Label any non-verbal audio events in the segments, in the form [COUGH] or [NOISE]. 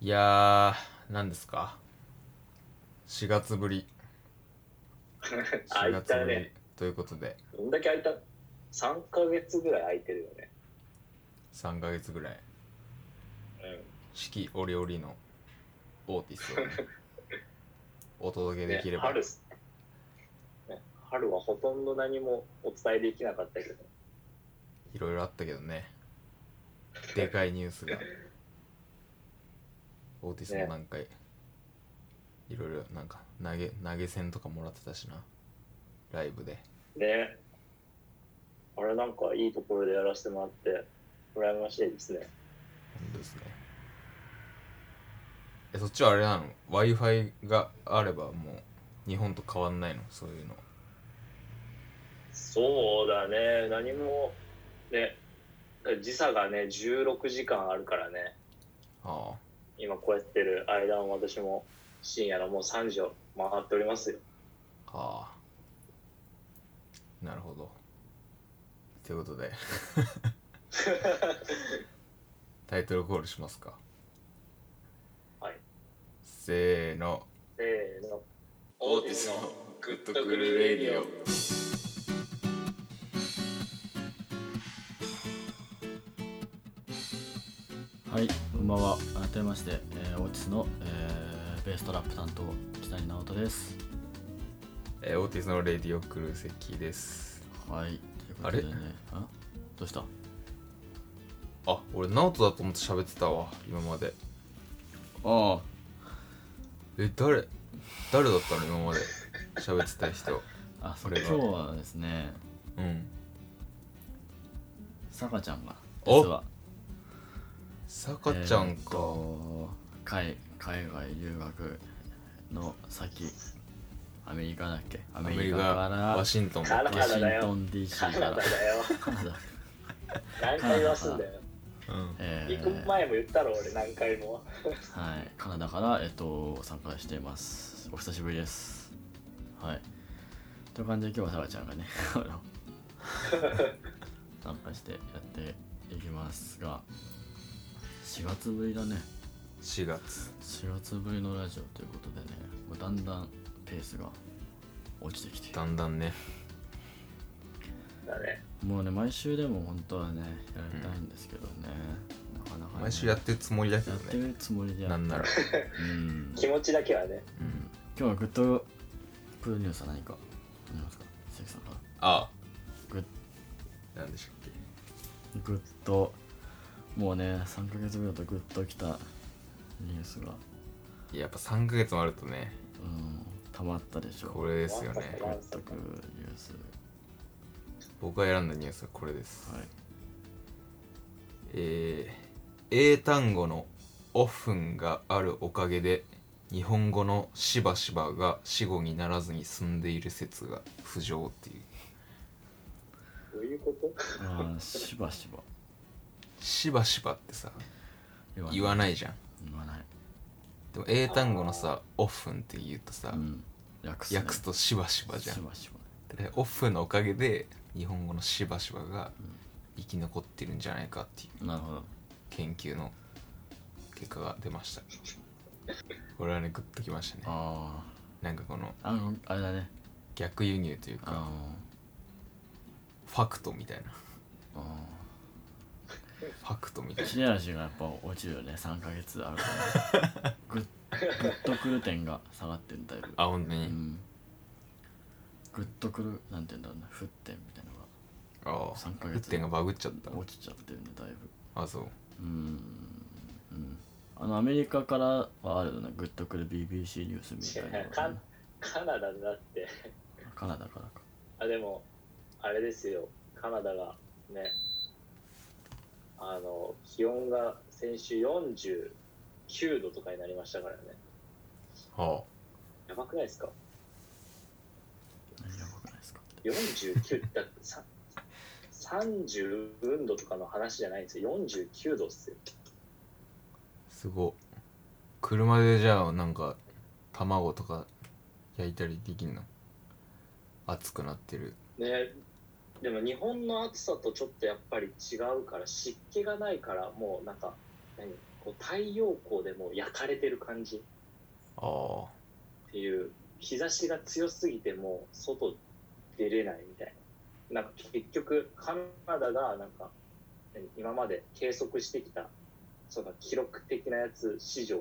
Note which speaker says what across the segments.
Speaker 1: いやー、何ですか。4月ぶ
Speaker 2: [LAUGHS]
Speaker 1: り。
Speaker 2: 空
Speaker 1: 4月
Speaker 2: い
Speaker 1: ぶ
Speaker 2: た
Speaker 1: り。
Speaker 2: ね。
Speaker 1: ということで、
Speaker 2: どんだけ空いた ?3 ヶ月ぐらい空いてるよね。
Speaker 1: 3ヶ月ぐらい、
Speaker 2: う
Speaker 1: 四季折々のオーティ
Speaker 2: [LAUGHS]
Speaker 1: スをね、お届け
Speaker 2: ん。
Speaker 1: できれば。
Speaker 2: ね春す、ね。春はほとんど何もお伝えできなかったけど。
Speaker 1: いろいろあったけどね。でかいニュースが。オーティスもなんか、いろいろなんか投げ、投げ銭とかもらってたしな。ライブで。
Speaker 2: ね。あれなんかいいところでやらせてもらって、羨ましいですね。
Speaker 1: 本当ですね。え、そっちはあれなの ?Wi-Fi があればもう日本と変わんないのそういうの。
Speaker 2: そうだね。何も、ね。時差がね、16時間あるからね。
Speaker 1: ああ。
Speaker 2: 今こうやってる間も私も深夜のもう3時を回っており [LAUGHS] ますよ。
Speaker 1: はあなるほどということで [LAUGHS] タイトルコールしますか
Speaker 2: はい
Speaker 1: せーの
Speaker 2: せーの。
Speaker 1: オーティスのグッとくるレディオ
Speaker 3: はい、こんばんは。改めまして、えー、オーティスの、えーベーストラップ担当北谷直人です。
Speaker 1: えーオーティスのレディオクルーセキです
Speaker 3: はい、ということでね、あどうした？
Speaker 1: あ俺直人だと思って喋ってたわ今まで
Speaker 3: あ
Speaker 1: え誰誰だったの今まで喋ってた人
Speaker 3: あ、あ、そ
Speaker 1: こ
Speaker 3: れ
Speaker 1: れが
Speaker 3: 今日はですね、
Speaker 1: うん
Speaker 3: さかちゃんが
Speaker 1: お
Speaker 3: 実は
Speaker 1: さかちゃん
Speaker 3: えーっ
Speaker 1: か、
Speaker 3: と海海外留学の先、アメリカだっけ？ア
Speaker 1: ア
Speaker 3: メ
Speaker 1: メリ
Speaker 3: リカ
Speaker 1: カ
Speaker 3: から
Speaker 1: ワ
Speaker 3: ワシ
Speaker 1: シントン
Speaker 2: カナダ
Speaker 3: ン
Speaker 2: だ
Speaker 3: ト
Speaker 2: よ。
Speaker 3: ン
Speaker 2: カ
Speaker 3: DC か
Speaker 2: ナダ
Speaker 3: ら
Speaker 2: だ。よ。
Speaker 3: カナダ
Speaker 2: 何回言わすんだよ。
Speaker 1: うん
Speaker 3: え
Speaker 2: 行
Speaker 3: ー
Speaker 2: く前も言ったろ、俺何回も。
Speaker 3: はい、カナダから、えっと、参加しています。お久しぶりです。はい。という感じで今日はさらちゃんがね、 [LAUGHS] あの参加してやっていきますが、4月ぶりだね。
Speaker 1: 4月
Speaker 3: 4月ぶりのラジオということでね、もうだんだんペースが落ちてきて、
Speaker 1: だんだんね
Speaker 2: だね。
Speaker 3: もうね、毎週でも本当はね、やりたいんですけどね、なかなか、ね、
Speaker 1: 毎週やってるつもりだけ
Speaker 3: や
Speaker 1: ど
Speaker 3: って
Speaker 1: ね
Speaker 3: るつもりで
Speaker 1: なんなら
Speaker 3: うん
Speaker 2: 気持ちだけはね。
Speaker 1: うん
Speaker 3: 今日はグッドプロデューサー何かありますか関さんから
Speaker 1: あ
Speaker 3: グ
Speaker 1: なんでしたっけ
Speaker 3: ッグッドもうね3ヶ月ぐらいだとグッときたニュースが
Speaker 1: いややっぱ3ヶ月もあるとね
Speaker 3: うんたまったでしょ
Speaker 1: これですよね
Speaker 3: グッとくるニュース
Speaker 1: 僕が選んだニュースはこれです、
Speaker 3: はい
Speaker 1: えー、英単語のオフンがあるおかげで日本語のしばしばが死語にならずに済んでいる説が浮上っていう
Speaker 2: どういうこと
Speaker 3: あーしばしば
Speaker 1: しばしばってさ
Speaker 3: 言
Speaker 1: 言わ
Speaker 3: い
Speaker 1: ないじゃん
Speaker 3: 言わない
Speaker 1: でも英単語のさオフンって言うとさ、
Speaker 3: うん訳す,、
Speaker 1: 訳すとしばしばじゃん
Speaker 3: しばしば
Speaker 1: でオフのおかげで日本語のしばしばが生き残ってるんじゃないかっていう
Speaker 3: なるほど
Speaker 1: 研究の結果が出ましたこれはねグッときましたね
Speaker 3: あ
Speaker 1: なんかこの
Speaker 3: ああのあれだね
Speaker 1: 逆輸入という
Speaker 3: あの
Speaker 1: かファクトみたいな
Speaker 3: あの
Speaker 1: ファクトみたいな
Speaker 3: 切れ味がやっぱ落ちるよね3ヶ月あるからねグッグッとくる点が下がってるだいぶ
Speaker 1: あ本当
Speaker 3: う
Speaker 1: に、
Speaker 3: んグッとくるなんて言うんだろうな沸点みたいなの
Speaker 1: ああ
Speaker 3: 3ヶ
Speaker 1: 1
Speaker 3: 月
Speaker 1: 点がバグっちゃった
Speaker 3: が落ちちゃってるねだいぶ
Speaker 1: あそう
Speaker 3: うんうんあのアメリカからはあるよねグッとくる BBC ニュースみたいなのが [LAUGHS] ね
Speaker 2: カナダだって。
Speaker 3: カナダからか
Speaker 2: あ、でも、あれですよ。カナダがね、あの、気温が先週49度とかになりましたからね。
Speaker 1: は
Speaker 2: やばくないですか
Speaker 3: 何やばくないですかって
Speaker 2: ?49 だってさ34度とかの話じゃないんですよ。49度っすよ。
Speaker 1: あすごっ車でじゃあなんか卵とか焼いたりできんの熱くなってる
Speaker 2: ねでも日本の暑さとちょっとやっぱり違うから湿気がないからもうなんか何こう太陽光でもう焼かれてる感じ
Speaker 1: あ
Speaker 2: っていう日差しが強すぎてもう外出れないみたいななんか結局カナダがなんか何今まで計測してきたその記録的なやつ史上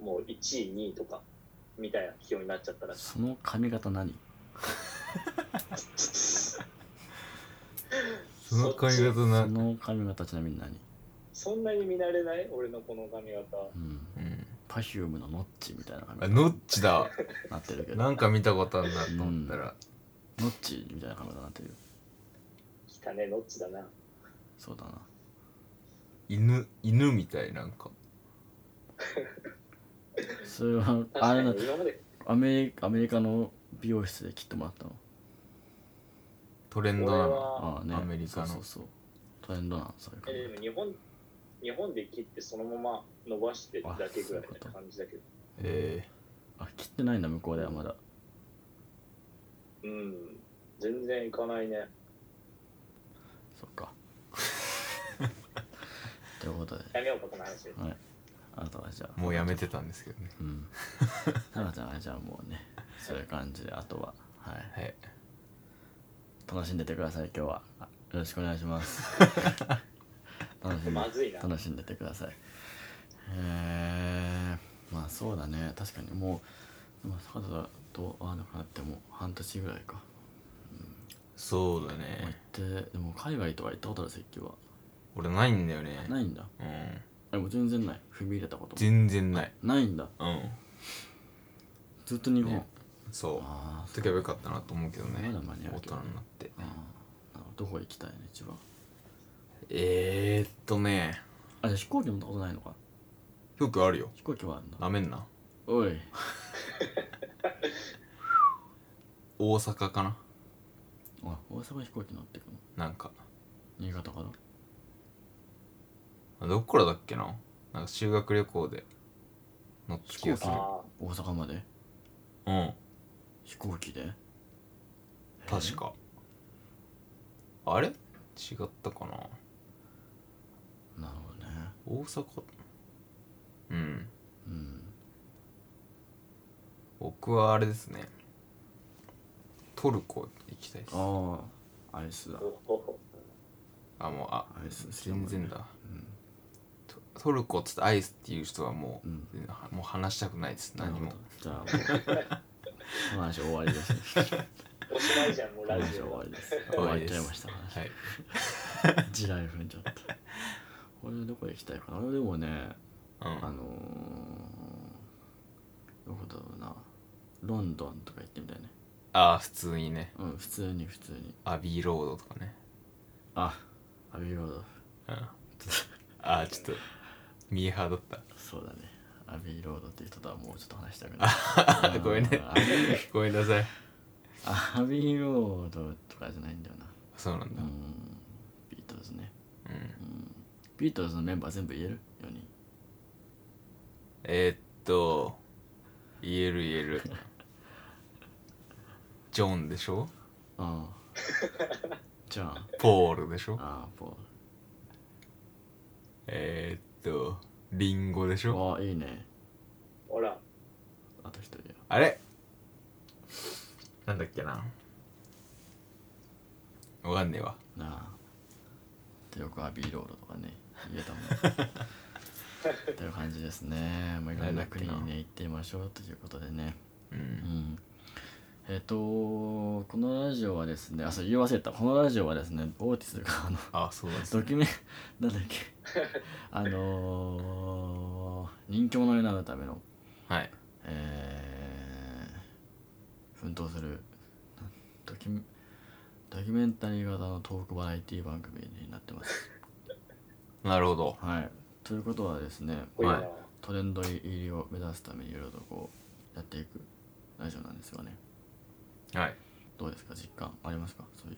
Speaker 2: もう1位2位とかみたいな気温になっちゃったらしい
Speaker 3: その髪型何
Speaker 1: その髪
Speaker 2: そっち
Speaker 1: 型な
Speaker 3: その髪型ちなみに何
Speaker 2: そんなに見慣れない俺のこの髪型
Speaker 3: うん
Speaker 1: うん
Speaker 3: パフュームのノッチみたいな髪
Speaker 1: あ
Speaker 3: 型
Speaker 1: ノッチだ
Speaker 3: なってるけど
Speaker 1: なんか見たことあるなと思ったら、
Speaker 3: ノッチみたいな髪型になってる
Speaker 2: 汚ねノッチだな
Speaker 3: そうだな
Speaker 1: 犬犬みたいなんか
Speaker 3: それは
Speaker 2: 確
Speaker 3: あれ
Speaker 2: か
Speaker 3: な
Speaker 2: に今まで
Speaker 3: アメリカアメリカの美容室で切ってもらったの
Speaker 1: トレン
Speaker 2: 俺
Speaker 1: ドなの
Speaker 2: は
Speaker 3: ああね
Speaker 1: アメリカの
Speaker 3: そうそうそうトレンドなんそれか
Speaker 2: えでも日本日本で切ってそのまま伸ばしてるだけぐらい
Speaker 3: あそういうこと
Speaker 2: な感じだけど
Speaker 1: え
Speaker 3: あ切ってないんだ向こうではまだ
Speaker 2: うん全然いかないね
Speaker 3: そっ
Speaker 1: [LAUGHS]
Speaker 3: かということで
Speaker 2: やめようかこの話
Speaker 3: はいあなたはじゃあ
Speaker 1: ー、もうやめてたんですけどね
Speaker 3: うん
Speaker 1: [LAUGHS]
Speaker 3: あなたはじゃあもうねそういう感じであとははい
Speaker 1: はい
Speaker 3: 楽しんでてください今日はあよろしくお願いします
Speaker 1: [LAUGHS]
Speaker 3: 楽しんで
Speaker 2: まずいな
Speaker 3: 楽しんでてくださいえー、まあそうだね確かにもうまあ坂田と会わなくなってもう半年ぐらいか、
Speaker 1: そうだ
Speaker 3: もう
Speaker 1: ね
Speaker 3: 行ってでも海外とか行ったことある設計は
Speaker 1: 俺ないんだよね
Speaker 3: ないんだ
Speaker 1: うん
Speaker 3: でも全然ない踏み入れたことも
Speaker 1: 全然ない
Speaker 3: ないんだ
Speaker 1: うん
Speaker 3: ずっと日本、
Speaker 1: ねそう
Speaker 3: あ
Speaker 1: とけばよかったなと思うけどね
Speaker 3: まだ間に合う
Speaker 1: 大
Speaker 3: けど
Speaker 1: 人になって
Speaker 3: ああーどこ行きたいの一番
Speaker 1: えー、っとね
Speaker 3: あじゃあ飛行機乗ったことないのか
Speaker 1: よくあるよ
Speaker 3: 飛行機はあるんだ
Speaker 1: なめんな
Speaker 3: おい
Speaker 1: 大阪かな
Speaker 3: あ大阪飛行機乗ってくの
Speaker 1: なんか
Speaker 3: 新潟から
Speaker 1: どっからだっけななんか修学旅行で乗った気がする
Speaker 3: 飛
Speaker 2: あ
Speaker 3: 大阪まで
Speaker 1: うん
Speaker 3: 飛行機で
Speaker 1: 確かあれ違ったかな
Speaker 3: なるほど
Speaker 1: 大
Speaker 3: ね
Speaker 1: 阪うん
Speaker 3: うん
Speaker 1: 僕はあれですねトルコ行きたいですあ
Speaker 3: ああアイスだ
Speaker 2: あおお
Speaker 1: もうあ
Speaker 3: アイス好きだもん
Speaker 1: 全
Speaker 3: ね
Speaker 1: 然だ
Speaker 3: うん
Speaker 1: トトルコっつってアイスっていう人はもう、
Speaker 3: うん
Speaker 1: もう話したくないです何も
Speaker 3: じゃあもう [LAUGHS] この話終わ
Speaker 1: [LAUGHS]
Speaker 3: りですね
Speaker 2: おしまいじゃんもう
Speaker 3: この
Speaker 2: ラ
Speaker 3: 話
Speaker 2: ジ
Speaker 3: 終
Speaker 2: オ
Speaker 3: わ
Speaker 2: は
Speaker 3: りです終
Speaker 1: 終
Speaker 3: わ
Speaker 1: わ
Speaker 3: っ
Speaker 1: り
Speaker 3: ち
Speaker 1: で
Speaker 3: ゃ
Speaker 1: す
Speaker 3: いました話
Speaker 1: はい
Speaker 3: 地雷踏んじゃった俺どこ行きたいかな俺でもね
Speaker 1: うん
Speaker 3: あのー、どこだろうなロンドンとか行ってみたいね
Speaker 1: ああ普通にね
Speaker 3: うん普通に普通に
Speaker 1: アビーロードとかね、
Speaker 3: あアビーロード
Speaker 1: うん、 [LAUGHS] ああちょっとミーハーだった
Speaker 3: そうだねアビーロードっていう人とはもうちょっと話したくない
Speaker 1: あ [LAUGHS] ごめんね
Speaker 3: あ
Speaker 1: [LAUGHS]
Speaker 3: ー
Speaker 1: ごめんなさい
Speaker 3: アビーロードとかじゃないんだよな
Speaker 1: そうなんだ
Speaker 3: うーんビートルズね
Speaker 1: うん
Speaker 3: うんビートルズのメンバー全部言えるように
Speaker 1: えー、っと言える言えるジョンでしょ
Speaker 3: ああじゃあ
Speaker 1: ポールでしょ
Speaker 3: ああポ
Speaker 1: えー、っとリンゴでしょ
Speaker 3: ーああいいね
Speaker 2: ほら
Speaker 3: あと一人よ
Speaker 1: あれなんだっけなわかんねえわ
Speaker 3: なあでよくアビーロードとかね言えたもんという感じですねまあいろんな国にね行ってみましょうということでね
Speaker 1: う
Speaker 3: うんんえっ、とこのラジオはですねあそう言い忘れたこのラジオはですねオーティスがあの
Speaker 1: あそうなんです
Speaker 3: ド
Speaker 1: ね
Speaker 3: キュメンなんだ [LAUGHS] っけあのー、人気者になるための
Speaker 1: はい
Speaker 3: えー、奮闘するなんドキュメドキュメンタリー型のトークバラエティ番組になっ
Speaker 1: [LAUGHS]
Speaker 3: てます。
Speaker 1: なるほど
Speaker 3: はい、ということはですね、
Speaker 2: こういう
Speaker 1: は
Speaker 2: の
Speaker 1: い
Speaker 2: は
Speaker 3: トレンド入りを目指すためにいろいろとこうやっていくラジオなんですがね
Speaker 1: はい
Speaker 3: どうですか実感ありますかそういう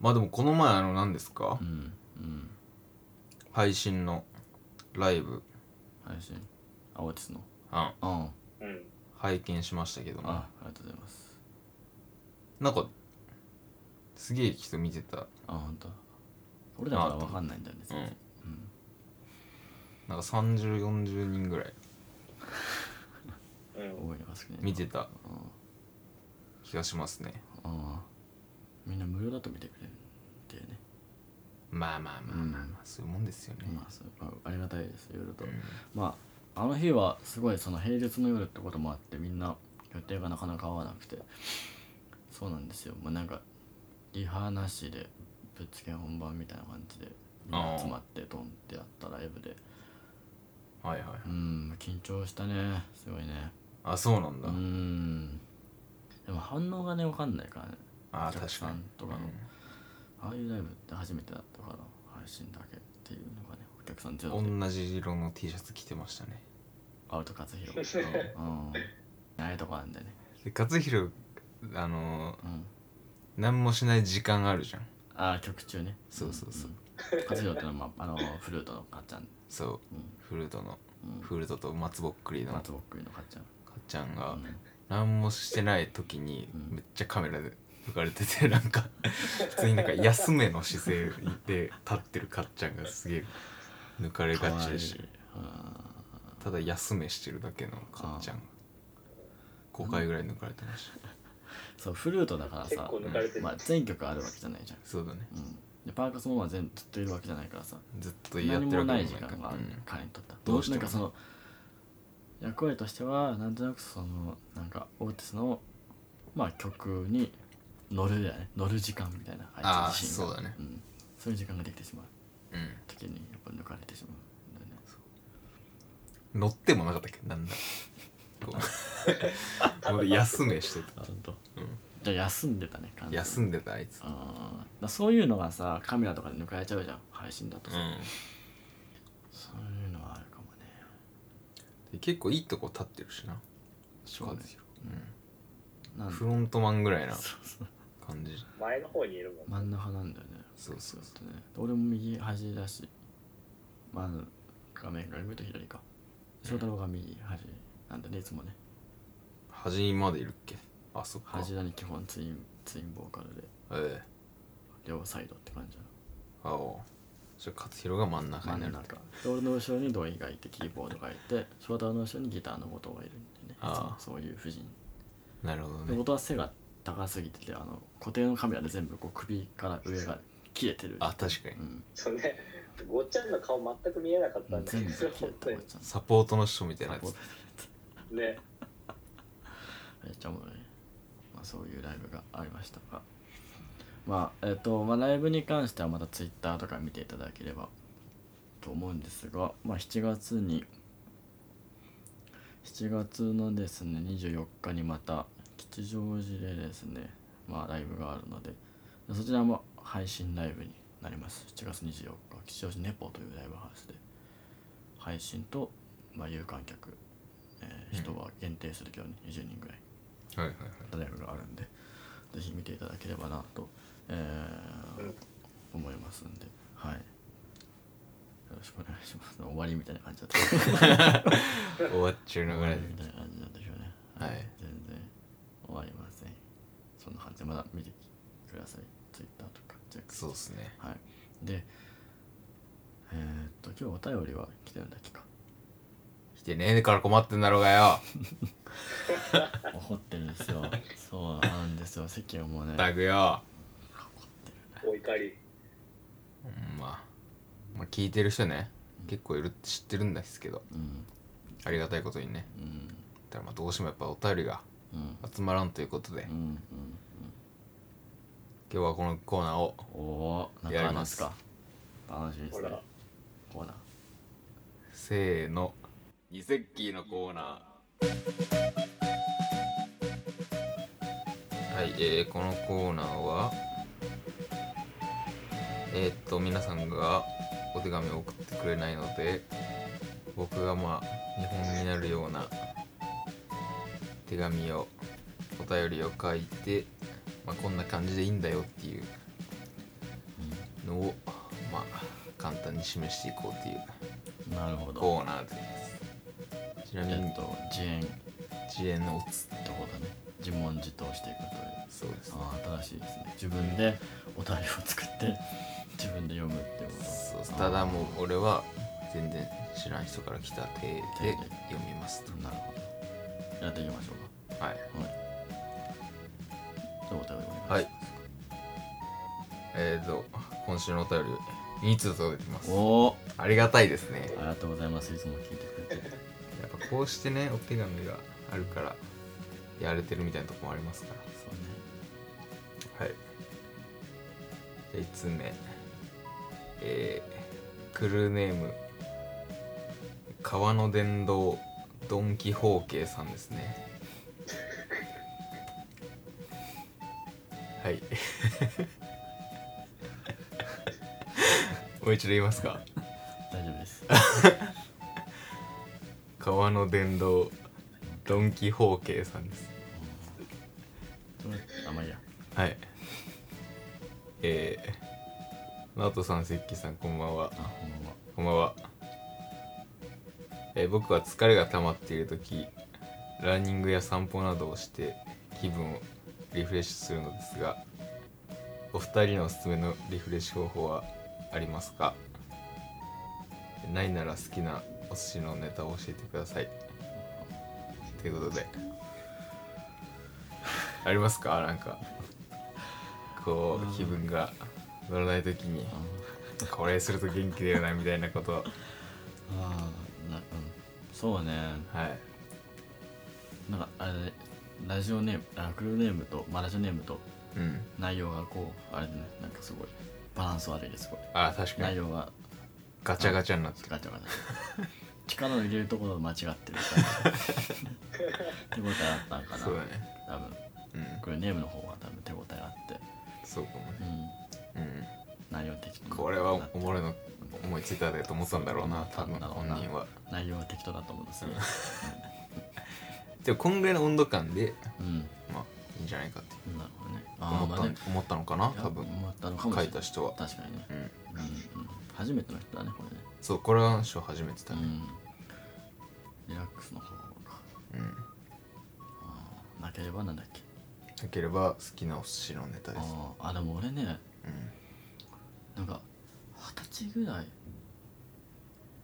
Speaker 1: まあでもこの前あの何ですか
Speaker 3: うんうん
Speaker 1: 配信のライブ、
Speaker 3: 配信あオーティスの
Speaker 1: うん、
Speaker 3: あ
Speaker 2: うん
Speaker 1: 拝見しましたけども
Speaker 3: あありがとうございます
Speaker 1: なんかすげえ人見てた
Speaker 3: あ本当俺だからわかんないんだよね、
Speaker 1: うんなんか3040人ぐらい
Speaker 2: うん
Speaker 3: 多いのが少ない
Speaker 1: 見てた
Speaker 3: うん
Speaker 1: 気がしますね
Speaker 3: ああみんな無料だと見てくれるっていうね、
Speaker 1: まあまあまあまあ、まあそういうもんですよね、
Speaker 3: まあそうあありがたいですいろいろと、
Speaker 1: うん
Speaker 3: まああの日はすごいその平日の夜ってこともあってみんな予定がなかなか合わなくてそうなんですよまあなんかリハなしでぶっつけ本番みたいな感じでみんな集まってドンってやったライブで
Speaker 1: はいはい
Speaker 3: うん緊張したねすごいね
Speaker 1: あそうなん
Speaker 3: う
Speaker 1: だ、
Speaker 3: んでも反応がね分かんないからね
Speaker 1: あ
Speaker 3: お客
Speaker 1: 確
Speaker 3: さ
Speaker 1: かに
Speaker 3: んとかのああいうライブって初めてだったから配信だけっていうのがねお客さんゼロ
Speaker 1: う
Speaker 3: で
Speaker 1: ん同じ色の T シャツ着てましたね
Speaker 3: アウト勝弘うんないとこあんだね
Speaker 1: で勝弘あのー
Speaker 3: うん
Speaker 1: 何もしない時間あるじゃん
Speaker 3: ああ曲中ね
Speaker 1: そうそうそうん
Speaker 3: ん勝弘ってのは、まあ、あのフルートのかっちゃん、
Speaker 1: そう
Speaker 3: う
Speaker 1: フルートの
Speaker 3: んうん、
Speaker 1: フルートと松ぼっくりのか
Speaker 3: 松ぼっくりのかっちゃん
Speaker 1: っちゃんが
Speaker 3: うん
Speaker 1: 何もしてない時に
Speaker 3: うん
Speaker 1: めっちゃカメラで浮かれてて [LAUGHS] なんか普通になんか休めの姿勢で立ってるかっちゃんがすげえ抜かれがちだし
Speaker 3: あ
Speaker 1: ただ休めしてるだけのかっちゃんが5回ぐらい抜かれてました
Speaker 3: ーそうフルートだから
Speaker 2: 結
Speaker 3: さ
Speaker 2: 構、抜かれてる、
Speaker 3: まあ、全曲あるわけじゃないじゃん、
Speaker 1: そうだね
Speaker 3: うん、でパーカスもまあ全ずっといるわけじゃないからさ
Speaker 1: ずっとやっ
Speaker 3: 何
Speaker 1: てる
Speaker 3: も
Speaker 1: わけでも
Speaker 3: な
Speaker 1: ないいか
Speaker 3: 時間が
Speaker 1: ら
Speaker 3: ある
Speaker 1: うん
Speaker 3: 彼にとっては
Speaker 1: どうしても
Speaker 3: なんかその役割としてはなんとなくそのなんかオーティスのまあ曲に乗るだよね乗る時間みたいな
Speaker 1: あー
Speaker 3: あいつ自身が
Speaker 1: そうだね
Speaker 3: ん、そういう時間ができてしまう
Speaker 1: うん
Speaker 3: 時にやっぱ抜かれてしまうんだよね
Speaker 1: 乗ってもなかったっけなんだこ
Speaker 3: [LAUGHS]
Speaker 1: う俺休めしてた、
Speaker 3: あ本当
Speaker 1: うん
Speaker 3: じゃあ休んでたね完全に
Speaker 1: 休んでたあいつ
Speaker 3: あーだからそういうのがさカメラとかで抜かれちゃうじゃん配信だと
Speaker 1: う
Speaker 3: さ、
Speaker 1: ん
Speaker 3: そういうのはあるかもね
Speaker 1: で結構いいとこ立ってるしな
Speaker 3: そうね
Speaker 1: う
Speaker 3: なんん
Speaker 1: フロントマンぐらいな
Speaker 3: そうそう
Speaker 1: 感じ
Speaker 2: 前の方にいるもん、
Speaker 3: 真ん中なんだよね
Speaker 1: そうそう
Speaker 3: ちょっとね俺も右端だしまあ画面から見ると左か翔太郎が右端なんだねいつもね
Speaker 1: 端までいるっけあそっか
Speaker 3: 端だに基本ツインツインボーカルで
Speaker 1: ええ
Speaker 3: 両サイドって感じだ
Speaker 1: あおじゃあ勝弘が真ん中
Speaker 3: な
Speaker 1: にな
Speaker 3: 真
Speaker 1: る
Speaker 3: ん中で俺の後ろに土井がいてキーボードがいて翔太郎の後ろにギターの後藤がいるんでねいつも
Speaker 1: ああ
Speaker 3: そういう夫人
Speaker 1: なるほど
Speaker 3: で
Speaker 1: ね
Speaker 3: 後藤は背が高すぎててあの固定のカメラで全部こう首から上が切れてる
Speaker 1: あ確かに
Speaker 3: うん
Speaker 2: そうね、ごっちゃんの顔全く見えなかったんだけ
Speaker 3: 全部切
Speaker 2: ど、
Speaker 3: れて
Speaker 2: 本当
Speaker 3: た
Speaker 2: に
Speaker 3: おっちゃん
Speaker 1: サポートの人みたいなやつ
Speaker 2: ね、
Speaker 3: めっちゃおもろい、まあ、そういうライブがありましたがまあえっ、と、まあ、ライブに関してはまたツイッターとか見ていただければと思うんですが、まあ、7月に7月のですね24日にまた吉祥寺でですねまあライブがあるのでそちらも配信ライブになります7月24日吉祥寺ネポというライブハウスで配信と、まあ、有観客、え
Speaker 1: う
Speaker 3: ー
Speaker 1: ん
Speaker 3: 人は限定するけどね20人ぐらい
Speaker 1: はいはいはい
Speaker 3: ライブがあるんでぜひ見ていただければなと、えー
Speaker 2: うん
Speaker 3: 思いますんではいよろしくお願いします終わりみたいな感じだった
Speaker 1: 終わっちゅう流
Speaker 3: 終わ
Speaker 1: れ
Speaker 3: り
Speaker 1: で
Speaker 3: みたいな感じなんでしょうね
Speaker 1: はい
Speaker 3: 全然終わりませんそんな感じでまだ見てください Twitter とかチェック
Speaker 1: そうっすね
Speaker 3: はいでえー、っと今日お便りは来てるんだっ
Speaker 1: [LAUGHS]
Speaker 3: けか
Speaker 1: 来てねえから困ってんだろうがよ
Speaker 3: 怒ってるんですよそうなんですよ席をもうね
Speaker 1: タグよ
Speaker 2: お怒り。
Speaker 1: うんまあ、まあ、聞いてる人ね結構いるって知ってるんですけど
Speaker 3: うん
Speaker 1: ありがたいことにね
Speaker 3: うん
Speaker 1: ただまあどうしてもやっぱお便りが
Speaker 3: うん
Speaker 1: 集まらんということで、
Speaker 3: うんうん
Speaker 1: 今日はこのコーナーを
Speaker 3: うんおおなんかありますか楽しみです
Speaker 2: ほ
Speaker 3: ね
Speaker 2: ら、
Speaker 3: コーナー
Speaker 1: せーのニセッキーのコーナーはい、えー、このコーナーはえー、っと皆さんがお手紙を送ってくれないので僕がまあ日本になるような手紙をお便りを書いて、まあ、こんな感じでいいんだよっていうのをまあ簡単に示していこうっていう
Speaker 3: うんなるほど
Speaker 1: コーナーですちなみ
Speaker 3: え
Speaker 1: に
Speaker 3: っと自演って
Speaker 1: 自演のおつ
Speaker 3: ことだね自問自答していくという
Speaker 1: そうですね
Speaker 3: ああ新しいですね自分でお便りを作って自分で読むっていうこと
Speaker 1: そうただもう俺は全然知らん人から来た手で
Speaker 3: 手で
Speaker 1: 読みますと
Speaker 3: なるほどやっていきましょ
Speaker 1: はいう
Speaker 3: かはいじゃあお便りお
Speaker 1: は
Speaker 3: 願い
Speaker 1: い
Speaker 3: し
Speaker 1: えーと今週のお便り2通届いてま
Speaker 3: ますす、おお
Speaker 1: ありがたいですね
Speaker 3: ありがとうございますいつも聞いてくれて
Speaker 1: やっぱこうしてねお手紙があるからやれてるみたいなとこもありますか
Speaker 3: そうね
Speaker 1: らはいじゃあ1通目えー、クルーネーム川の電動ドン・キホーケイさんですねはいもう一度言いますか
Speaker 3: 大丈夫 [LAUGHS] です
Speaker 1: 川の電動ドン・キホーケイさんです
Speaker 3: それあまあいいや
Speaker 1: はい。えー、ナオトさん、セッキーさん、こんばんは
Speaker 3: あ。ほんまは
Speaker 1: こんばんは。えー僕は疲れが溜まっている時ランニングや散歩などをして気分をリフレッシュするのですが、お二人のおすすめのリフレッシュ方法はありますかないなら好きなお寿司のネタを教えてください。ということで。ありますかなんか。こう、気分が乗らない時に。
Speaker 3: あ
Speaker 1: これすると元気出るなみたいなこと
Speaker 3: あーなうんそうね
Speaker 1: はい
Speaker 3: なんかあれラジオネームあクルーネームと、まあ、ラジオネームと
Speaker 1: うん
Speaker 3: 内容がこうあれでねなんかすごいバランス悪いですごい
Speaker 1: あ確か
Speaker 3: 内
Speaker 1: に
Speaker 3: 容が
Speaker 1: ガチャガチャになってる
Speaker 3: ガチャガチャ力を入れるところを間違ってるみたいな手応えあったんかな
Speaker 1: そうだね
Speaker 3: 多分
Speaker 1: うん
Speaker 3: これネームの方が多分手応えあって、
Speaker 1: そうかも
Speaker 3: う
Speaker 1: ね
Speaker 3: ん、
Speaker 1: うん
Speaker 3: 内容的に
Speaker 1: これはお
Speaker 3: うん
Speaker 1: もろいの思いついたでと思ってたんだろうな多分
Speaker 3: 多分だろ
Speaker 1: 本
Speaker 3: うな
Speaker 1: 人は
Speaker 3: 内容は適当だと思うんですよ、
Speaker 1: でもこんぐらいの温度感で
Speaker 3: うん、
Speaker 1: まあいいんじゃないかって
Speaker 3: なるほどね
Speaker 1: 思
Speaker 3: ー
Speaker 1: っ
Speaker 3: ま
Speaker 1: た
Speaker 3: あね
Speaker 1: 思ったのかない
Speaker 3: や
Speaker 1: 多分
Speaker 3: 思ったのかもし
Speaker 1: 書
Speaker 3: れ
Speaker 1: い
Speaker 3: ない
Speaker 1: た人は
Speaker 3: 確かにね、
Speaker 1: うん
Speaker 3: うんうん、初めての人だねこれね
Speaker 1: そうこれは書初めてだ
Speaker 3: う
Speaker 1: ね
Speaker 3: んリラックスの方法か
Speaker 1: うん
Speaker 3: あーなければなんだっけ
Speaker 1: なければ好きなお寿司のネタです
Speaker 3: あーあでも俺ね
Speaker 1: うん
Speaker 3: なんか二十歳ぐらい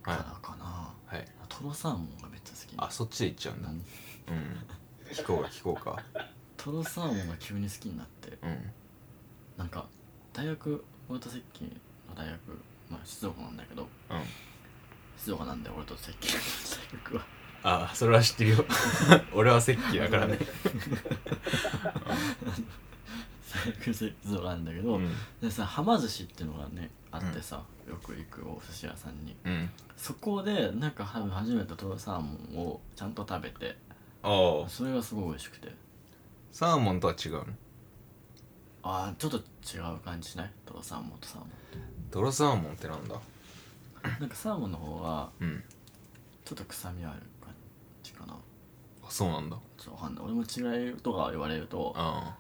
Speaker 3: か
Speaker 1: はい
Speaker 3: らかな、
Speaker 1: はい
Speaker 3: トロサーモンがめっちゃ好き
Speaker 1: あそっちで行っちゃうんだ
Speaker 3: うん
Speaker 1: うん聞こうか聞こうか
Speaker 3: トロサーモンが急に好きになって
Speaker 1: うん
Speaker 3: なんか大学俺と石器の大学まあ静岡なんだけど
Speaker 1: うん
Speaker 3: 静岡なんで俺と石器の大学は
Speaker 1: ああそれは知ってる [LAUGHS] よ俺は石器だからね
Speaker 3: 大学静岡なんだけど、
Speaker 1: うん
Speaker 3: でさはま寿司っていうのがねあってさ、よく行くお寿司屋さんに
Speaker 1: うん
Speaker 3: そこでなんか多分初めてトロサーモンをちゃんと食べて
Speaker 1: ああ
Speaker 3: それがすごい美味しくて
Speaker 1: サーモンとは違うの
Speaker 3: あーちょっと違う感じしないトロサーモンとサーモ
Speaker 1: [LAUGHS] 泥サーモンってなんだ
Speaker 3: ンなんかサーモンの方は
Speaker 1: うん
Speaker 3: ちょっと臭みある感じかな
Speaker 1: あそうなんだ
Speaker 3: ちょっとわかんない俺も違いとか言われると
Speaker 1: あ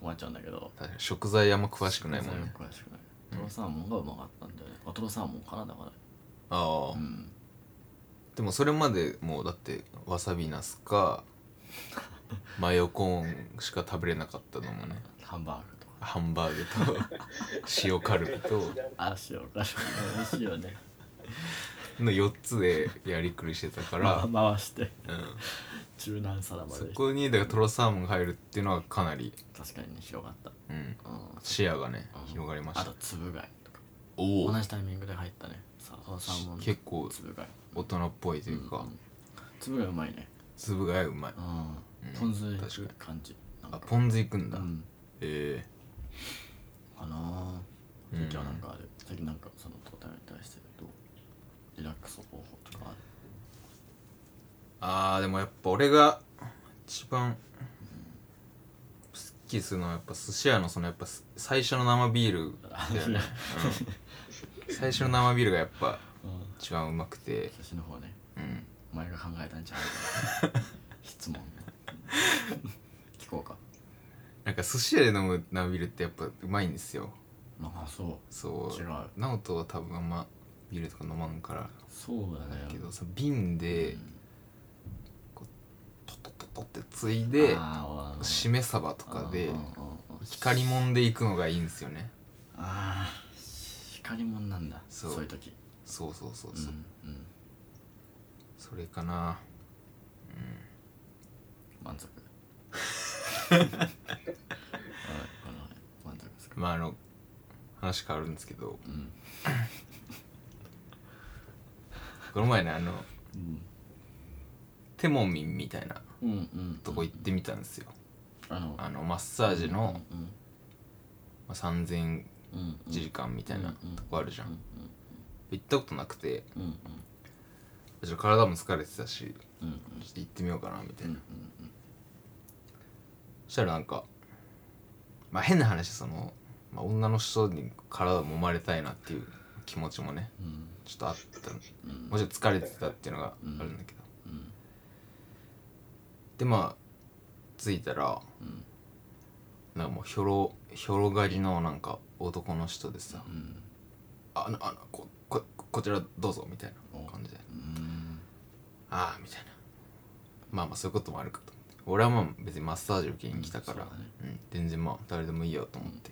Speaker 3: 困っちゃうんだけど
Speaker 1: あ確かに食材あんま詳しくないもん
Speaker 3: 全
Speaker 1: ね
Speaker 3: 然詳しくない
Speaker 1: うん
Speaker 3: トロサーモンがうまかったんだよねあトロサーモンかなだから
Speaker 1: ああ、
Speaker 3: うん
Speaker 1: でもそれまでもうだってわさびナス [LAUGHS] かマヨコーンしか食べれなかったのもね
Speaker 3: ハンバーグとか
Speaker 1: ハンバーグと [LAUGHS] 塩カルビと
Speaker 3: あ塩かし美味しいよね
Speaker 1: の4つでやりくりしてたから、
Speaker 3: ま回して
Speaker 1: うん、
Speaker 3: 柔軟さだま
Speaker 1: そ
Speaker 3: で
Speaker 1: こにだからトロサーモンが入るっていうのはかなり、
Speaker 3: 確かにね広がった
Speaker 1: うん、
Speaker 3: うん
Speaker 1: 視野がね
Speaker 3: うん
Speaker 1: 広がりまし
Speaker 3: あ
Speaker 1: た
Speaker 3: とつぶ貝とか
Speaker 1: お
Speaker 3: 同じタイミングで入ったねさトロサーモン
Speaker 1: 結構
Speaker 3: つぶ貝
Speaker 1: 大人っぽいという
Speaker 3: う
Speaker 1: か
Speaker 3: んつぶ貝うまいね
Speaker 1: 粒がうまい
Speaker 3: うん
Speaker 1: うん
Speaker 3: ポン酢い
Speaker 1: 確
Speaker 3: く
Speaker 1: か
Speaker 3: 感じなん
Speaker 1: あ
Speaker 3: か
Speaker 1: ポン酢いくん
Speaker 3: う
Speaker 1: だ
Speaker 3: ん
Speaker 1: え
Speaker 3: かなあ
Speaker 1: うん
Speaker 3: 最近はなんかある最近なんかそのトータルに対してどうリラックス方法とかある
Speaker 1: ーあーでもやっぱ俺が一番すっきりするのはやっぱ寿司屋のそのやっぱす最初の生ビー
Speaker 3: [LAUGHS]
Speaker 1: ルだよね、うん、最初の生ビールがやっぱ
Speaker 3: うん
Speaker 1: 一番うまくて
Speaker 3: 写真の方ね
Speaker 1: うん
Speaker 3: お前が考えたんじゃな
Speaker 1: [LAUGHS]
Speaker 3: いか質問聞こうか
Speaker 1: なんか寿司屋で飲む生ビールってやっぱうまいんですよ
Speaker 3: まあそう
Speaker 1: そ
Speaker 3: 違う
Speaker 1: う直人は多分あんまビールとか飲まんから
Speaker 3: そうだね
Speaker 1: だけどその瓶で
Speaker 3: うん
Speaker 1: トトトトってついで
Speaker 3: あー
Speaker 1: しめ鯖とかで
Speaker 3: うんうんうんうん
Speaker 1: 光もんでいくのがいいんですよね
Speaker 3: ああ光もんなんだ
Speaker 1: そ
Speaker 3: そうういう時
Speaker 1: そうそうそう
Speaker 3: う
Speaker 1: そう、
Speaker 3: んうん
Speaker 1: それかな
Speaker 3: 満足はいはい満足ですか
Speaker 1: まああの話変わるんですけど
Speaker 3: うん
Speaker 1: この前ねあの
Speaker 3: うん
Speaker 1: テモミンみたいな
Speaker 3: うんうん
Speaker 1: とこ行ってみたんですよ
Speaker 3: あの
Speaker 1: あのマッサージの、
Speaker 3: うん
Speaker 1: まあ、3000
Speaker 3: うんうんうん
Speaker 1: 時間みたいな
Speaker 3: うん
Speaker 1: とこあるじゃん、
Speaker 3: うん
Speaker 1: 行ったことなくて
Speaker 3: うんうん
Speaker 1: ちょっと体も疲れてたし
Speaker 3: うんうん
Speaker 1: ちょっと行ってみようかなみたい
Speaker 3: うんう
Speaker 1: な、
Speaker 3: ん
Speaker 1: そしたらなんかまあ変な話その、まあ、女の人に体を揉まれたいなっていう気持ちもね
Speaker 3: うん
Speaker 1: ちょっとあったの
Speaker 3: うん
Speaker 1: もちろん疲れてたっていうのがあるんだけど、
Speaker 3: うん
Speaker 1: でまあ着いたら
Speaker 3: うん
Speaker 1: なんかもうひょろひょろがりのなんか男の人でさ
Speaker 3: うん
Speaker 1: 「あのあのこここちらどうぞ」みたいな感じで
Speaker 3: うん
Speaker 1: 「ああ」みたいなまあまあそういうこともあるかと思って俺はまあ別にマッサージ受けに来たから、
Speaker 3: うんそうだね
Speaker 1: うん全然まあ誰でもいいよと思って、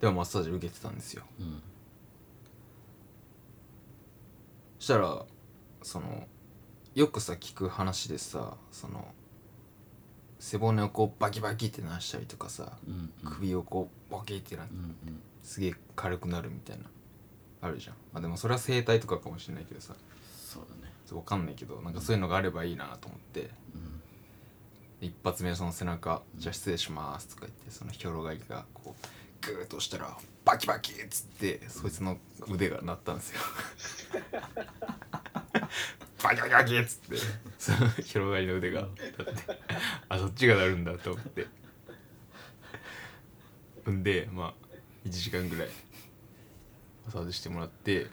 Speaker 1: でもマッサージ受けてたんですよ
Speaker 3: うん
Speaker 1: そしたらそのよくさ聞く話でさその背骨をこうバキバキってなしたりとかさ
Speaker 3: うん
Speaker 1: 首をこうバキってなっ
Speaker 3: うんうん
Speaker 1: すげえ軽くなるみたいなあるじゃんまあでもそれは整体とかかもしれないけどさ
Speaker 3: そうだね
Speaker 1: わかんないけどなんかそういうのがあればいいなと思って
Speaker 3: うん
Speaker 1: 一発目その背中「じゃあ失礼します」とか言ってそのひょろがりがこうグーッと押したらバキバキっつってそいつの腕が鳴ったんです
Speaker 3: [LAUGHS]
Speaker 1: よバキバキバキっつってそのひょろがりの腕が鳴ってあそっちが鳴るんだと思ってんでまあ1時間ぐらいマッサージしてもらって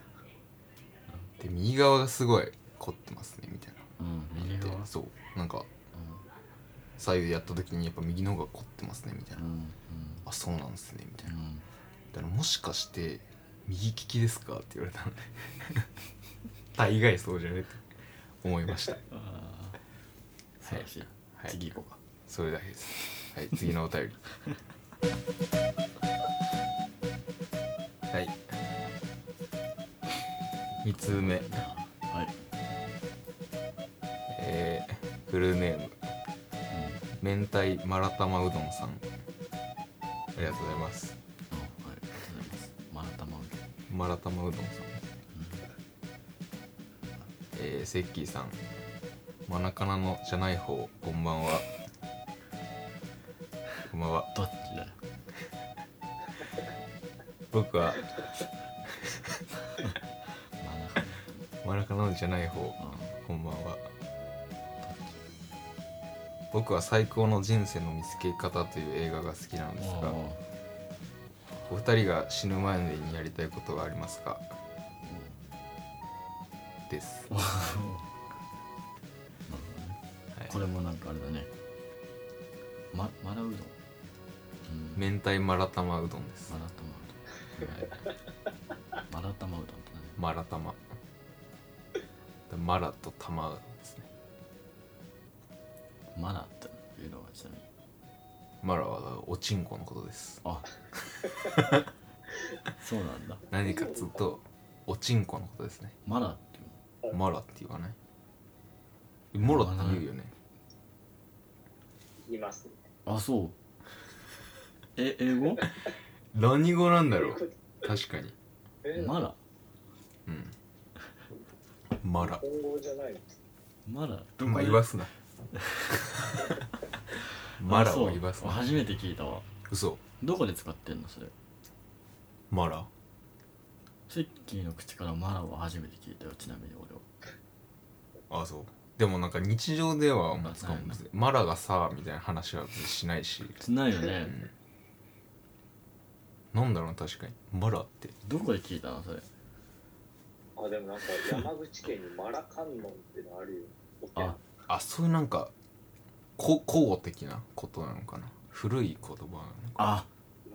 Speaker 1: で右側がすごい凝ってますねみたいな
Speaker 3: うん右
Speaker 1: で
Speaker 3: 側
Speaker 1: そうなんか左右やった時にやっぱ右の方が凝ってますねみたい
Speaker 3: うん
Speaker 1: な、
Speaker 3: うん
Speaker 1: あそうなんですねみたいな
Speaker 3: う
Speaker 1: だ
Speaker 3: ん
Speaker 1: からもしかして右利きですかって言われたので [LAUGHS] 大概そうじゃねって思いま
Speaker 3: [LAUGHS]
Speaker 1: した
Speaker 3: ああ素晴らしい
Speaker 1: はい
Speaker 3: 次行こうか
Speaker 1: それだけですはい次のお便
Speaker 3: [LAUGHS]
Speaker 1: りはい2通目
Speaker 3: はい
Speaker 1: えー、フルネーム
Speaker 3: うん
Speaker 1: 明太マラタマうどんさんありがとうございます
Speaker 3: あはいありがとうございますまたま受け
Speaker 1: マラタマうどんさん、えー、セッキーさんマナカナのじゃない方こんばんはこんばんは
Speaker 3: どっちだよ
Speaker 1: 僕は
Speaker 3: 真ん中
Speaker 1: マナカナのじゃない方
Speaker 3: あ
Speaker 1: こんばんは僕は最高の人生の見つけ方という映画が好きなんですが
Speaker 3: あ
Speaker 1: お二人が死ぬ前にやりたいことはありますかです
Speaker 3: なるほどね
Speaker 1: はい
Speaker 3: これもなんかあれだねまマラうどんうん
Speaker 1: 明太マラタマうどんです
Speaker 3: マラタマうどんマラタマうどんって何
Speaker 1: マラタママラとタマですね
Speaker 3: マラっていうのはちなみに
Speaker 1: マラはおちんこのことです
Speaker 3: あそうなんだ
Speaker 1: 何かっつうとおちんこのことですね
Speaker 3: マラっていう
Speaker 1: マラって言わないモロって言うよね
Speaker 2: 言いますね。
Speaker 3: のあそうえ英語
Speaker 1: 何語なんだろう確かに
Speaker 2: え
Speaker 3: マラ
Speaker 1: うんマラ
Speaker 2: 本語じゃないの
Speaker 3: マラど
Speaker 1: まあ
Speaker 3: で
Speaker 1: 言わ
Speaker 3: [LAUGHS]
Speaker 1: すなマラ
Speaker 3: あそ
Speaker 1: を
Speaker 3: う
Speaker 1: 言わすな
Speaker 3: 初めて聞いたわ
Speaker 1: 嘘
Speaker 3: どこで使ってんのそれ
Speaker 1: マラ
Speaker 3: セッキーの口からマラは初めて聞いたよちなみに俺は
Speaker 1: あそうでもなんか日常ではもう使う
Speaker 3: あない
Speaker 1: ん
Speaker 3: んだ
Speaker 1: ですマラがさみたいな話はしないし
Speaker 3: しないよ
Speaker 1: う
Speaker 3: ね
Speaker 1: んなんだろうな確かにマラって
Speaker 3: どこで聞いたのそれ
Speaker 2: あ、でもなんか山口県にマラカンノンってのあるよ。
Speaker 3: あ
Speaker 1: あそういうなんかこ古語的なことなのかな古い言葉なのか
Speaker 3: あ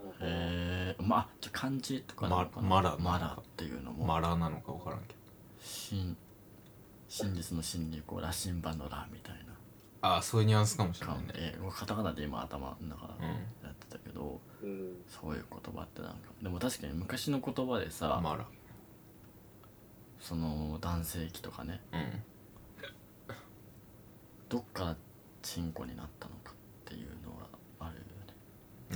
Speaker 2: なんか
Speaker 3: へえまあじゃあ漢字とかなのかな
Speaker 1: まマラ
Speaker 3: マラっていうのも、
Speaker 1: マラなのか分からんけど
Speaker 3: 真真実の真にこう羅針盤の羅みたいな
Speaker 1: ああそういうニュアンスかもしれな
Speaker 3: か
Speaker 1: い
Speaker 3: ん
Speaker 1: ね
Speaker 3: えーカタカナで今頭の中
Speaker 1: うん
Speaker 3: やってたけど
Speaker 2: うん、
Speaker 3: そういう言葉ってなんかでも確かに昔の言葉でさ、
Speaker 1: まあら
Speaker 3: その男性器とかね
Speaker 1: うん
Speaker 3: どっからチンコになったのかっていうのはあるよね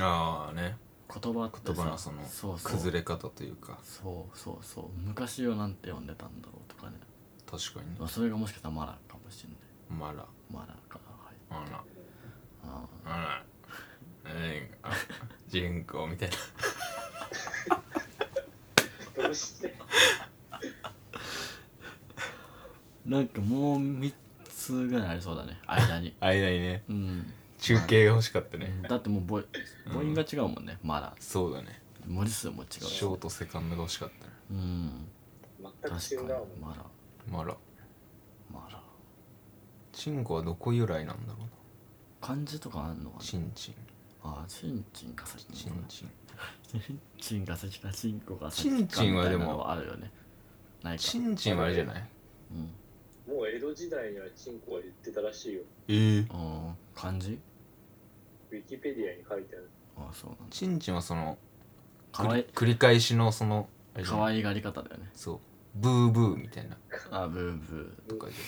Speaker 1: ああね
Speaker 3: 言葉ってさ
Speaker 1: 言葉のその
Speaker 3: そうそう
Speaker 1: 崩れ方というか
Speaker 3: そうそうそう昔はなんて呼んでたんだろうとかね、
Speaker 1: 確かにね
Speaker 3: まあ、それがもしかしたらマラかもしれない
Speaker 1: まら
Speaker 3: マラから入って
Speaker 1: あら
Speaker 3: ああ
Speaker 1: あらえーあ人口みたいな
Speaker 2: どうして
Speaker 3: なんかもう3つぐらいありそうだね
Speaker 1: [LAUGHS]
Speaker 3: 間に
Speaker 1: 間にね
Speaker 3: うん
Speaker 1: 中継が欲しかったね
Speaker 3: だってもう母
Speaker 1: うん
Speaker 3: 母音が違うもんね、マラ
Speaker 1: そうだね
Speaker 3: 文字数も違う
Speaker 1: ショートセカンドが欲しかったね
Speaker 3: うん確
Speaker 2: 全く違
Speaker 3: か
Speaker 2: う
Speaker 3: に
Speaker 2: もん
Speaker 3: マラ
Speaker 1: まら
Speaker 3: マラ
Speaker 1: チンコはどこ由来なんだろうな
Speaker 3: 漢字とかあんのかな
Speaker 1: チンチン
Speaker 3: ああチンチンが先に
Speaker 1: チンチン
Speaker 3: チンが先かチンコが先か
Speaker 1: チンチンはでも
Speaker 3: みたいなのあるよねないか
Speaker 1: チンチンはあれじゃない
Speaker 3: うん
Speaker 2: もう江戸時代にはチンコは言ってたらしいよ
Speaker 1: ええ
Speaker 3: あー漢字
Speaker 2: ウィキペディアに書いてある
Speaker 3: ああそうなんだ
Speaker 1: チンチンはその
Speaker 3: かわい
Speaker 1: 繰り返しのそのあれじゃ
Speaker 3: か
Speaker 1: ない
Speaker 3: わいがり方だよね
Speaker 1: そうブーブーみたいな
Speaker 3: あブーブ
Speaker 1: とかじゃな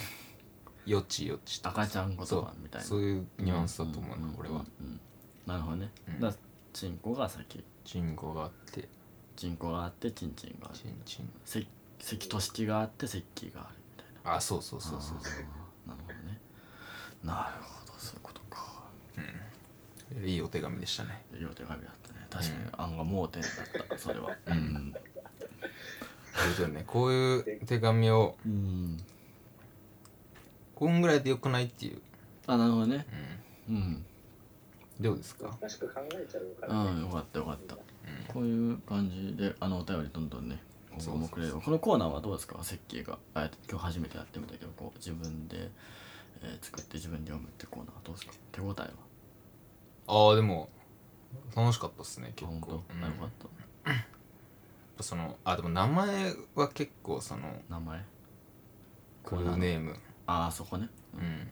Speaker 1: いよちよち
Speaker 3: ー
Speaker 1: とか
Speaker 3: 赤ちゃん言葉みたいな
Speaker 1: そういうニュアンスだと思うな、
Speaker 3: んん
Speaker 1: 俺は、
Speaker 3: うんなるほどね、
Speaker 1: うん
Speaker 3: だからチンコが先
Speaker 1: チンコがあって
Speaker 3: チンコがあってチンチンがある
Speaker 1: チンチン
Speaker 3: せ石と式があって石器があるみたいな
Speaker 1: あそうそうそうそう
Speaker 3: あーなるほどねなるほどそういうことか
Speaker 1: そういいお手紙でしたね
Speaker 3: いいお手紙だったね確かに案が盲点だったそれは
Speaker 1: うん
Speaker 3: うん
Speaker 1: ということでねこういう手紙を
Speaker 3: うん
Speaker 1: こんぐらいでよくないっていう、
Speaker 3: あなるほどね
Speaker 1: う
Speaker 3: うん
Speaker 1: ん、どうですか
Speaker 2: 難しく考えちゃうか
Speaker 3: う
Speaker 2: らね
Speaker 3: んよかったよかった
Speaker 1: うん
Speaker 3: こういう感じであのお便りどんどんね今後もくれる
Speaker 1: そ
Speaker 3: このコーナーはどうですか設計があ今日初めてやってみたけどこう自分で、えー作って自分で読むってコーナーどうですか手応えは
Speaker 1: ああでも楽しかったっすね結
Speaker 3: 本当
Speaker 1: 構、うん、
Speaker 3: よ
Speaker 1: やっ
Speaker 3: かっ
Speaker 1: ぱそのあでも名前は結構その
Speaker 3: た名前
Speaker 1: コードネーム
Speaker 3: ああそこね
Speaker 1: うん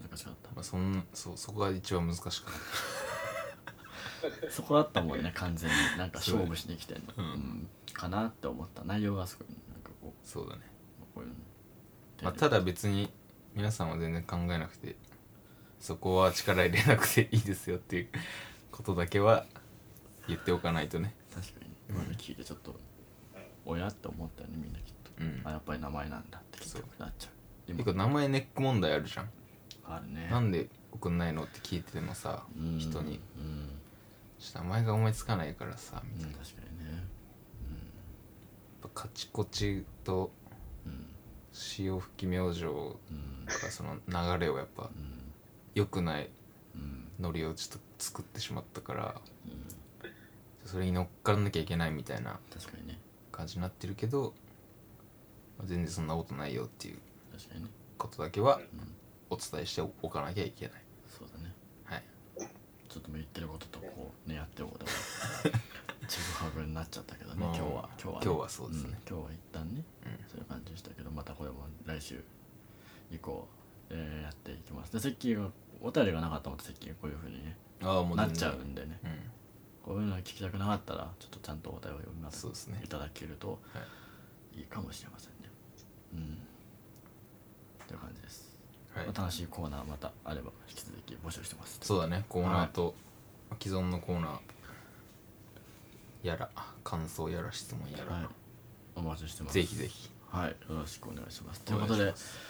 Speaker 3: 難しかっ
Speaker 1: まあ、そんそうそこが一番難しかった
Speaker 3: そこだったもんね完全になんか勝負しに来てんの、
Speaker 1: そうだねうん
Speaker 3: かなって思った内容がすごいなんかこ
Speaker 1: そうだね、
Speaker 3: うこういうの
Speaker 1: まあ、ただ別に皆さんは全然考えなくてそこは力入れなくていいですよっていうことだけは言っておかないとね
Speaker 3: 確かに今の聞いてちょっと親って思ったよねみんなきっと
Speaker 1: うん
Speaker 3: あやっぱり名前なんだって聞きたくなっちゃう
Speaker 1: 結構名前ネック問題あるじゃん、
Speaker 3: あるね
Speaker 1: なんで送んないのって聞いててもさ
Speaker 3: うん
Speaker 1: 人に
Speaker 3: うん、
Speaker 1: ちょっと名前が思いつかないからさみたい
Speaker 3: うん
Speaker 1: なや
Speaker 3: 確かにね
Speaker 1: っぱカチコチと
Speaker 3: うん
Speaker 1: 潮吹き明星と
Speaker 3: うん
Speaker 1: かその流れをやっぱ
Speaker 3: うん
Speaker 1: 良くない
Speaker 3: うん
Speaker 1: ノリをちょっと作ってしまったから
Speaker 3: うん
Speaker 1: それに乗っからなきゃいけないみたいな
Speaker 3: 確かにね
Speaker 1: 感じになってるけどまあ全然そんなことないよっていう
Speaker 3: 確かにね
Speaker 1: ことだけは
Speaker 3: うん
Speaker 1: お伝えしておかなきゃいけない
Speaker 3: そうだね
Speaker 1: はい
Speaker 3: ちょっともう言ってることとこうねやってる
Speaker 1: [LAUGHS]
Speaker 3: ことがちぐはぐになっちゃったけどね、
Speaker 1: まあ
Speaker 3: 今日は今日は、
Speaker 1: 今日はそうですね
Speaker 3: ん今日は一旦ね、
Speaker 1: うん
Speaker 3: そういう感じでしたけどまたこれも来週以降、えーやっていきますでセッキーがお便りがなかったらまたセッキーがこういうふうにね
Speaker 1: ああも
Speaker 3: なっちゃう
Speaker 1: うん
Speaker 3: んでね
Speaker 1: うん
Speaker 3: こういうのが聞きたくなかったらちょっとちゃんとお便りを読みます
Speaker 1: そうですね
Speaker 3: いただけると
Speaker 1: はい
Speaker 3: いいかもしれませんねうんという感じです、
Speaker 1: はい
Speaker 3: まあ楽しいコーナーまたあれば引き続き募集してます
Speaker 1: そうだねコーナーと既存のコーナーやら感想やら質問やら、
Speaker 3: はいお待ちしてます
Speaker 1: ぜひぜひ
Speaker 3: はいよろしくお願いしますとい
Speaker 1: お
Speaker 3: う
Speaker 1: 願
Speaker 3: こ
Speaker 1: いしま
Speaker 3: と
Speaker 1: す
Speaker 3: で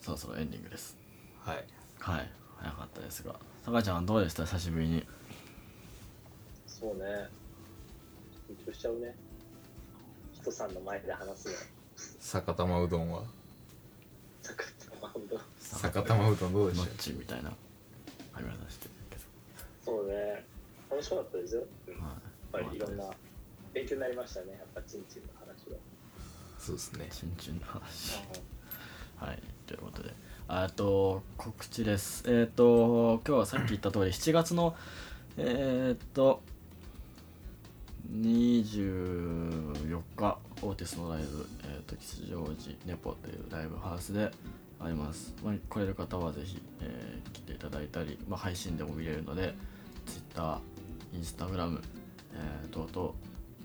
Speaker 3: そろそろエンディングです
Speaker 1: はい
Speaker 3: はい早かったですがさかちゃんはどうでした久しぶりに
Speaker 2: そうね緊張しちゃうね人さんの前で話すの
Speaker 1: 坂玉うどんは
Speaker 2: サクッとマウンド
Speaker 1: 坂玉うどんどうで
Speaker 3: マ
Speaker 1: し
Speaker 3: ッチみたいな髪型してるけ
Speaker 2: そうね楽しかったですよ、うん
Speaker 3: ど
Speaker 2: やっ
Speaker 3: は
Speaker 2: ぱ
Speaker 3: い
Speaker 2: りいろんな
Speaker 3: よかったで
Speaker 2: 勉強になりましたねやっぱチンチンの話は
Speaker 1: たそうですね
Speaker 3: すチンチンの話はい、ということで、あと告知です。えっ、と、今日はさっき言った通り、7月の、えっ、と、24日、オーティスのライブ、えっ、と、吉祥寺ネポというライブハウスで、あります、まあ、来れる方はぜひ、えー来ていただいたり、まあ、配信でも見れるので Twitter、Instagram、えー等々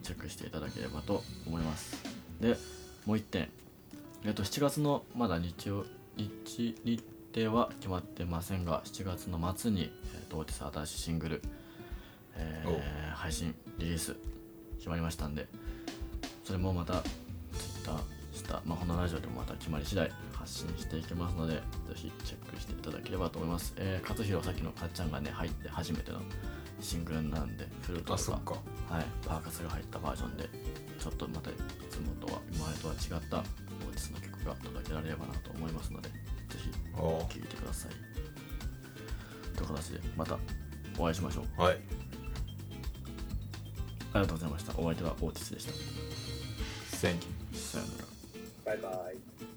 Speaker 3: チェックしていただければと思いますでもう1点、えっと7月のまだ日曜日日程は決まってませんが7月の末に、えーとオーティス新しいシングル、えー配信リリース決まりましたんでそれもまた Twitter した、まあ、このラジオでもまた決まり次第発信していきますのでぜひチェックしていただければと思います、えー、勝弘さっきのかっちゃんがね入って初めてのシングルなんでフルート
Speaker 1: あ
Speaker 3: と
Speaker 1: そ
Speaker 3: か
Speaker 1: っか
Speaker 3: はい、パーカスが入ったバージョンでちょっとまたいつもとは今までとは違ったオーティスの曲が届けられればなと思いますのでぜ
Speaker 1: お
Speaker 3: ひ聴いてくださいという形でまたお会いしましょう
Speaker 1: うはい
Speaker 3: ありがとうございましたお相手はオーティスでした
Speaker 1: Thank you
Speaker 3: さよなら
Speaker 2: バイバイ。